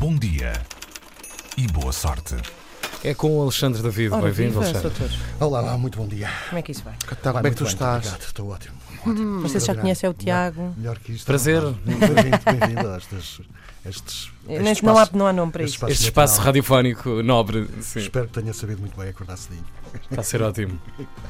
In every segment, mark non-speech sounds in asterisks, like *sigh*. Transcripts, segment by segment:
Bom dia e boa sorte. É com o Alexandre David. Ora, Bem-vindo, viva, Alexandre. Soutor. Olá, olá, muito bom dia. Como é que isso vai? Está Como é que tu estás? Estou ótimo. Vocês já Hum, Obrigado. conhecem o Melhor- Tiago. Melhor que isto. Prazer. não há. Bem-vindo, bem-vindo a estes, estes, Nem- este não, há, espaço- não há nome para este isto. espaço Este espaço matinal. radiofónico nobre sim, Espero que tenha sabido muito bem acordar cedinho. está a ser ótimo.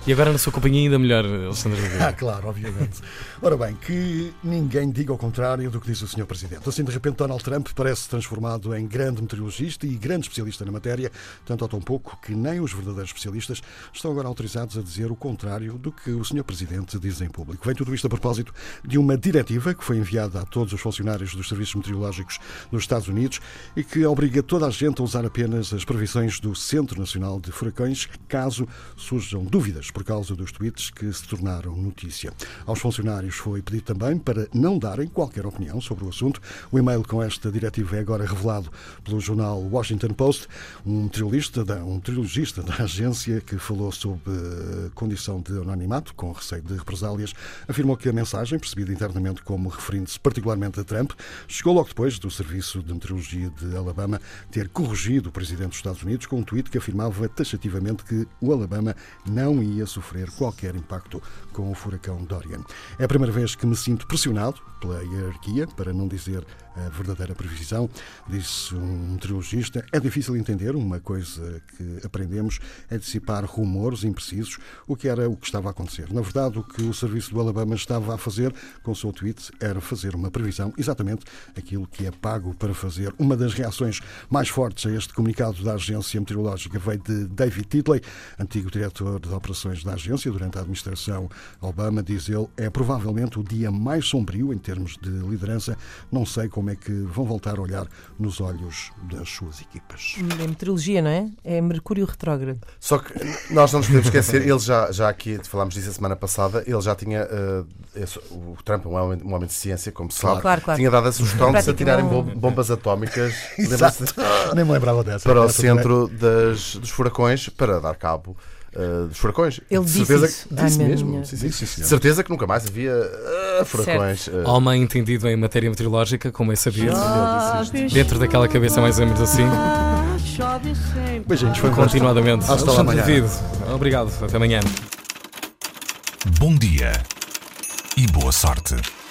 E agora na sua companhia ainda melhor, Alexandre *laughs* Ah, David. claro, obviamente. Ora bem, que ninguém diga o contrário do que disse o Sr. Presidente. Assim, de repente, Donald Trump parece transformado em grande meteorologista e grande especialista na matéria, tanto ou tão pouco que nem os verdadeiros especialistas estão agora autorizados a dizer o contrário do que o Sr. Presidente diz em público. Vem tudo isto a propósito de uma diretiva que foi enviada a todos os funcionários dos serviços meteorológicos dos Estados Unidos e que obriga toda a gente a usar apenas as previsões do Centro Nacional de Furacões caso surjam dúvidas por causa dos tweets que se tornaram notícia. Aos funcionários foi pedido também para não darem qualquer opinião sobre o assunto. O e-mail com esta diretiva é agora revelado pelo jornal Washington Post, um trilogista da, um trilogista da agência que falou sob eh, condição de anonimato, com receio de represálias, afirmou que a mensagem, percebida internamente como referindo-se particularmente a Trump, chegou logo depois do Serviço de Meteorologia de Alabama ter corrigido o presidente dos Estados Unidos com um tweet que afirmava taxativamente que o Alabama não ia sofrer qualquer impacto com o furacão Dorian. É a primeira vez que me sinto pressionado pela hierarquia, para não dizer a verdadeira previsão, disse um meteorologista. É difícil entender, uma coisa que aprendemos é dissipar rumores imprecisos, o que era o que estava a acontecer. Na verdade, o que o serviço do Alabama estava a fazer com o seu tweet era fazer uma previsão, exatamente aquilo que é pago para fazer. Uma das reações mais fortes a este comunicado da agência meteorológica veio de David Titley, antigo diretor de operações da agência durante a administração Obama, diz ele, é provavelmente o dia mais sombrio em termos de liderança. Não sei como é que vão voltar a olhar nos olhos das suas equipas. É meteorologia, não é? É Mercúrio Retrógrado. Só que nós não nos podemos esquecer, ele já, já aqui falámos disso a semana passada, ele já tinha. eh, esse- o Trump é um homem, um homem de ciência, como se sabe, Claro, claro. tinha dado a sugestão de se Prática atirarem não- bom- *laughs* bombas atómicas Exato. lembra-se, Nem me lembrava dessa. para o Essa também- centro das, dos furacões para dar cabo. eh, dos furacões. Ele de disse certeza isso. que- Ai, disse minha mesmo. minha. sim, sim. Disse, sim, senhor. de certeza que nunca mais havia eh, furacões. eh, Homem entendido em matéria meteorológica, como é sabido, Ah, dentro daquela cabeça mais ou menos assim, Beijinhos, foi um gosto. continuadamente. Hasta lá Alexandre amanhã. David, obrigado, até amanhã. Bom dia e boa sorte.